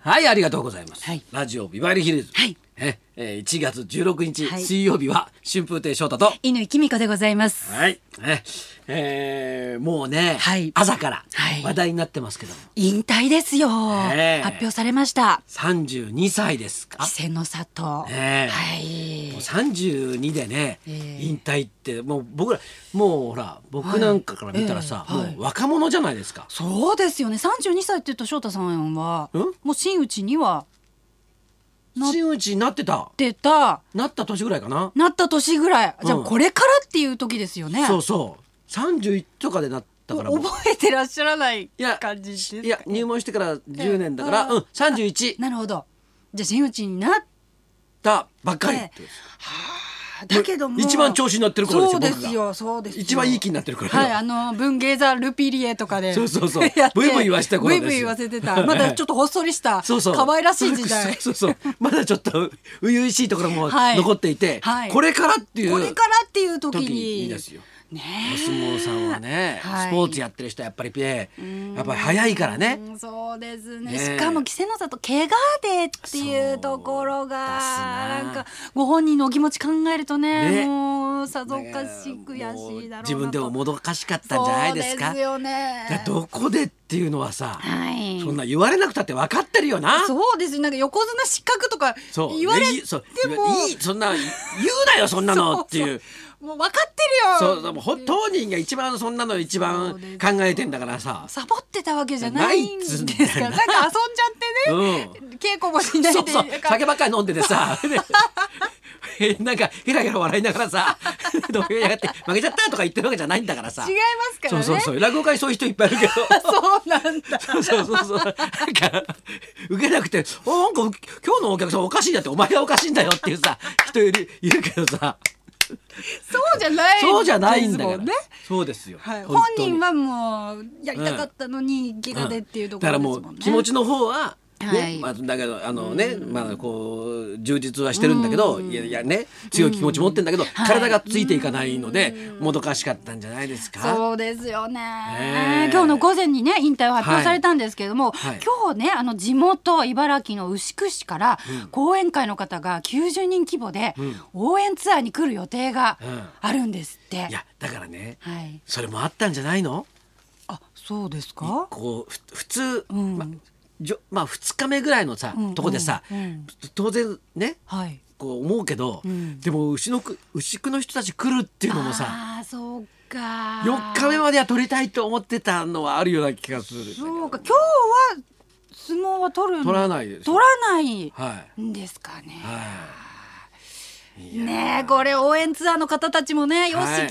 はい、ありがとうございます。はいラジオビバリーヒルズ。はいえ、えー、1月16日、はい水曜日は春風亭昇太と。犬井美子でございます。はい。ええーもうね、はい朝からはい話題になってますけども、引退ですよ。ねえ発表されました。 32歳ですか稀。勢の里。ねえはいもう。32でね、ええ引退ってもう僕らもうほら僕なんかから見たらさ、はいええはいもう若者じゃないですか。そうですよね。三十二歳って言うと翔太さんはんもう真打ちにはな真打ちになってた出たなった年ぐらいかな。なった年ぐらい。じゃあうんこれからっていう時ですよね。そうそう31とかでなったからもう覚えてらっしゃらないいや感じですかねいや入門してから10年だから、ええうん31なるほど。じゃあ真打ちになっだばっかりっててことですだけども一番調子に乗ってる頃ですよそうですよそうですよ一番いい気になってる頃よはいあの文芸座ルピリエとかでそうそうそう やってブイブイ言わせた頃ですブイブイ言わせてたまだちょっとほっそりしたそうそう可愛らしい時代そうそうそうまだちょっと初々しいところもはい残っていて、はいこれからっていうこれからっていう時に時にいいですよねお相撲さんはね、はいスポーツやってる人はやっぱりねやっぱり早いからねうんそうですねねしかも稀勢の里怪我でっていうとこそろがうだっすななんかご本人のお気持ち考えるとねねもうさぞかし悔しいだろうなと自分でももどかしかったんじゃないですそかうですよねだどこでっていうのはさ、はいそんな言われなくたって分かってるよなそうですよなんか横綱失格とかそう言われねいそうてもいいそんな言うなよそんなのっていうそうもう分かってるそようそうもう本当人が一番そんなの一番そうです考えてんだからさサボってたわけじゃないんですないっつうんだかよらななんか遊んじゃってね、稽古もしないでそうそうなんか酒ばっかり飲んでてさ でなんかヘラヘラ笑いながらさ 「どうやがって負けちゃった」とか言ってるわけじゃないんだからさ違いますからそうねそうそう落語家にそういう人いっぱいいるけど そうなんだそうそうそうそうなんか受けなくて「おなんか今日のお客さんおかしいんだってお前がおかしいんだよ」っていうさ人いるいるけどさそうじゃないそうじゃないんだでから、すもねそうですよ、はい、本本当に人はもうやりたかったのに怪我でっていうとこだろかでらすももんね、う気持ちの方は、ねはいまあ、だけどあのね、まあこう充実はしてるんだけど、いやいやね強い気持ち持ってんだけど、はい体がついていかないので、もどかしかったんじゃないですか。そうですよね、ねえ今日の午前にね引退を発表されたんですけれども、はい今日ねあの地元茨城の牛久市から講演会の方が90人規模で応援ツアーに来る予定がうんあるんですって、いやだからねはいそれもあったんじゃないのあそうですかこうふ普通、うんまあじょまあ、2日目ぐらいのさ、うんとこでさ、うんうん当然ねはいこう思うけど、うんでも牛のく牛久の人たち来るっていうのもさあーそうか4日目までは取りたいと思ってたのはあるような気がするんだけど。そうか今日は相撲は取るん取らないです取らないはんですかねい。はいねえこれ応援ツアーの方たちもねよし、はい今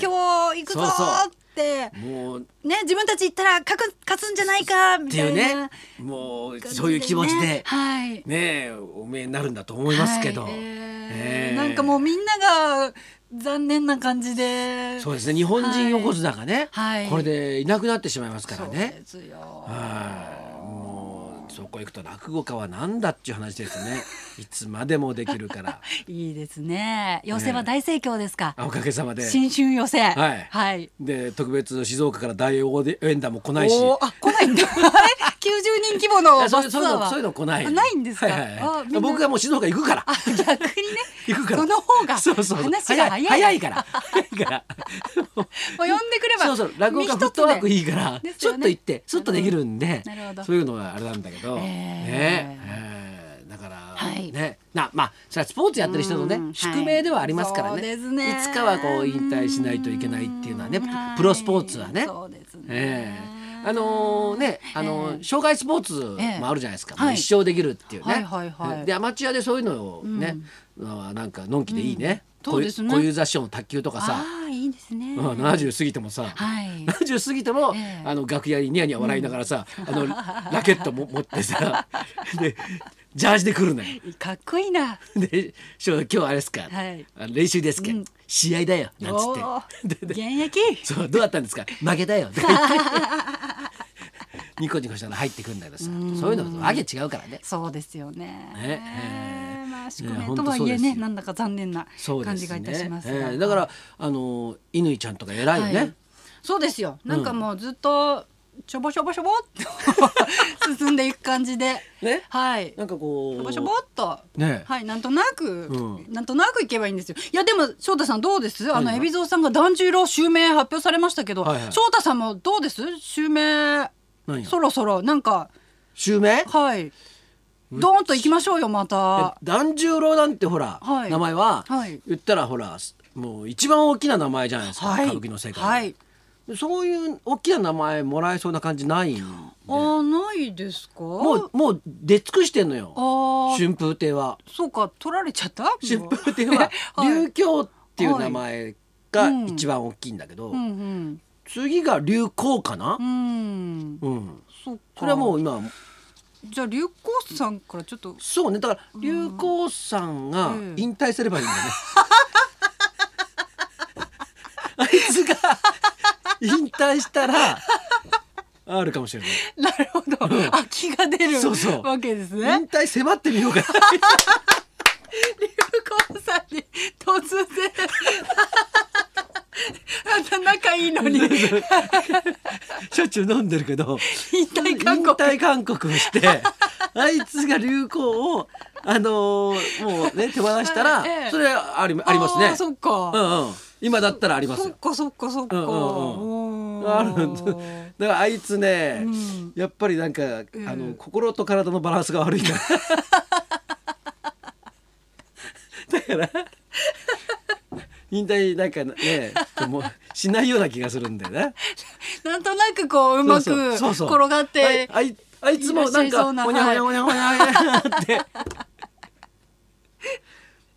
日行くぞそうそーうってもうっね自分たち行ったら勝く勝つんじゃないかみてたいういねなもう感じでねそういう気持ちではいねえおめえになるんだと思いますけど、はいえええーなんかもうみんなが残念な感じでそうですね日本人横綱がね、はいこれでいなくなってしまいますからそうねで。すよはいもうそこ行くと落語家はなんだっていう話です ねいつまでもできるからいいですね寄せは大盛況ですか、あおかげさまで新春寄せはいで特別静岡から大応援団も来ないしおーあ来な いんだあれ90人規模いのバやそスツアういうそういうーのはそういうの来ないあないんですか、はいはいあみんな僕がもう静岡行くからあ逆にね 行くからその方 がそうそうそう話が早い早いから早い からもう呼んでくればそうそう落語家フットワークいいから、ですちょよっねと行ってちょっとできるんでなるほどそういうのがあれなんだけど、えーね、えーだから、はいねなまあそれはスポーツやってる人のね、うんはい宿命ではありますからそうね,、ですねいつかはこう引退しないといけないっていうのはねうんはいプロスポーツはね。そうですねええあのね、あのー障害スポーツもあるじゃないですか、ええもう一生できるっていうね、はいはいはいはいでアマチュアでそういうのをね、あなんかのんきでいいね、うんそうですねこ小遊三師匠の卓球とかさ、ああいいですね、うん、70過ぎてもさ、はい70過ぎても、ええあの楽屋にニヤニヤ笑いながらさ、あのラケットも 持ってさでジャージで来るのよ。かっこいいなで「師匠今日あれですか、はいあの練習ですか、試合だよ」なんつおってでー現で役そう「どうだったんですか負けだよ」とか言ってニコニコしたら入ってくるんだけどさそういうのとわけ違うからね。そうですよねねええまあ宿いや命本当とはそういでえすよねなんだか残念なそうで感すじねがいたしますがええだからあの乾ちゃんとか偉いよね。はいそうですよなんかもうずっとちょぼしょぼしょぼっと 進んでいく感じで、ねはいなんかこしょぼしょぼうっと、ねはいなんとなく、うなんとなくいけばいいんですよいやでも翔太さんどうですあの何が海老蔵さんが團十郎襲名発表されましたけど、はいはい翔太さんもどうです襲名何がそろそろなんか襲名はいドーンと行きましょうよまた團十郎なんてほら、はい名前は、はい言ったらほらもう一番大きな名前じゃないですか、はい歌舞伎の世界で、はいそういう大きな名前もらえそうな感じないんであーないですかもうもう出尽くしてんのあよー春風亭はそうか取られちゃった春もう風亭 はい流教っていう名前がはいうん一番大きいんだけど、うん次が流行かなうんう、んうんそうかそれはもう今じゃあ流行さんからちょっと そうねだから流行さんがうん引退すればいいんだ ね、あいつが引退したらあるかもしれないなるほど秋が出るそうそうわけですね引退迫ってみようかな流行さんに突然あんた仲いいの にしょっちゅう飲んでるけど引退勧告引退勧告を してあいつが流行をあのーもうね手放したら、はい ええそれありありますあねーそっうかんうん今だったらありますそよっかそっかそっかうんうんうんあるんだだおーからあいつね、うんやっぱりなんか、んあの心と体のバランスが 悪いなだから引退なんかねもうしないような気がするんだよねなんとなくこううまくそう転そうがあっいてあいあいつもなんいらかっしゃいそうなほにゃほにゃほにゃほにゃほにゃって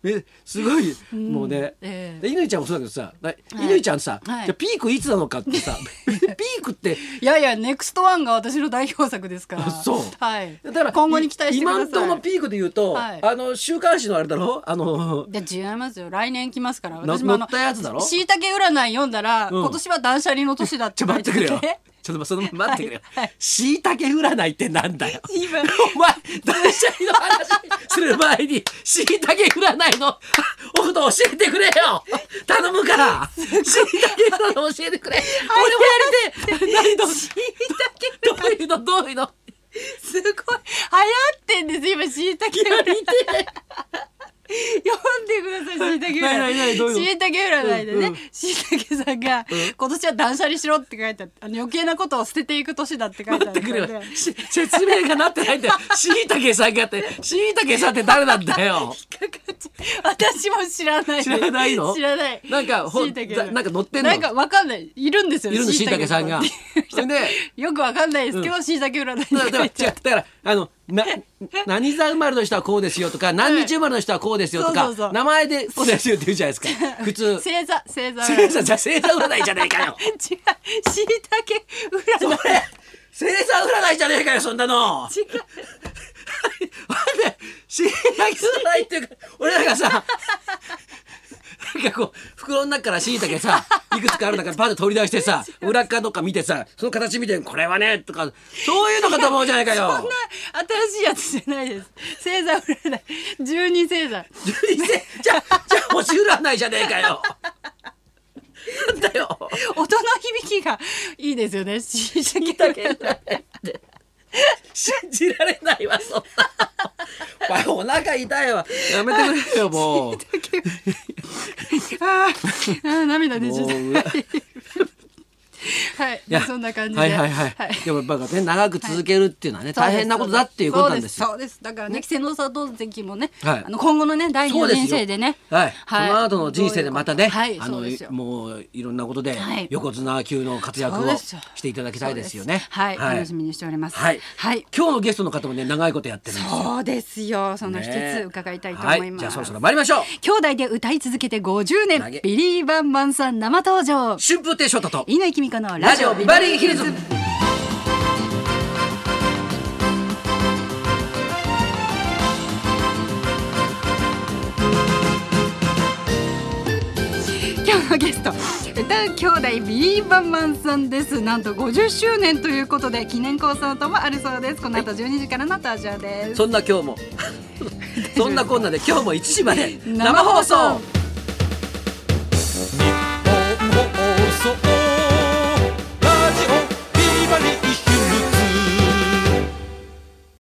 えすごい、もうね、ええで犬ちゃんもそうだけどさだ犬ちゃんさ、はいじゃあピークいつなのかって さピークっていやいやネクストワンが私の代表作ですからあ そうはいだから今後に期待してください今んとこのピークで言うと、はいあの週刊誌のあれだろあのいや違いますよ来年来ますからの私もあ乗っのたやつだろしいたけ占い読んだら、うん今年は断捨離の年だってちょ書待いっててくきれてよちょっとそのま待ってくれよはいはいしいたけ占いってなんだよ 今お前断捨離の話する前にしいたけ占いのこと教えてくれよ頼むからしいたけ占い教えてくれ俺もやりてえ何どうしいたどういうのどういうのけすごい流行ってんです今しいた け占い読んでくださいしいたけないないないどう占いうのい しいたけ占いでうねんしいたけさんが、今年は断捨離しろって書いてあってあの余計なことを捨てていく年だって書い待てあっるてのくれよでし説明がなってないんだよしいたけさんがってしいたけさんって誰なんだよかかっちゃう私も知らない知らないの知らないなんかほ椎茸ざなんか載ってんのなんかわかんないいるんですよいるのしいたけさんが椎茸それで よくわかんないですけど、しいたけ占いにだか書らいだから違うだてあるからあのな何座生まれの人はこうですよとか何日生まれの人はこうですよとか、そうそうそう名前でこうですよって言うじゃないですか 普通星座星座星座じゃ星座占いじゃねえ かよ違うしいたけそ占れい星座占いじゃねえかよそんなの 違うなんで椎茸占いっていうか俺なんかさなんかこう袋の中から椎茸さいくつかある中パッと取り出して さ裏っ側とか見てさその形見てこれはねとかそういうのかと思うじゃないかそんよな新しいやつじゃないです星座占い十二星座じゃあじゃあ星占いじゃねえかよなんだよ音の響きがいいですよねしいた椎け占い茸占いって信じられないわそんなお前お腹痛いわやめてくれよもうあーあー涙出ちゃっもうたはいいやそんな感じではいはいはい、でもやっぱね長く続けるっていうのはね、大変なことだっていうことなんですよそうですそうですだからね稀勢の里関もね、はいあの今後のね第二そうのですよ人生でねはい、その後の人生でまたね、はいあそのうですよもういろんなことではい横綱級の活躍そうをですよしていただきたいですよそうねで。すはい、楽しみにしておりますはい、はい、今日のゲストの方もね長いことやってるんですよ。そうですよその秘ね訣伺いたいと思いはます、じゃあそろそろ参りましょう。兄弟で歌い続けて50投げ年ビリーバンバンさん生登場春風亭昇太と犬井君子のララジジオオビビババリリーーヒヒルズルズ。今日のゲスト歌う兄弟ビリーバンバンさんですなんと50周年ということで記念コンサートもあるそうですこの後12時からの登場です、そんな今日も そんなこんなで今日も1時まで生放送。放送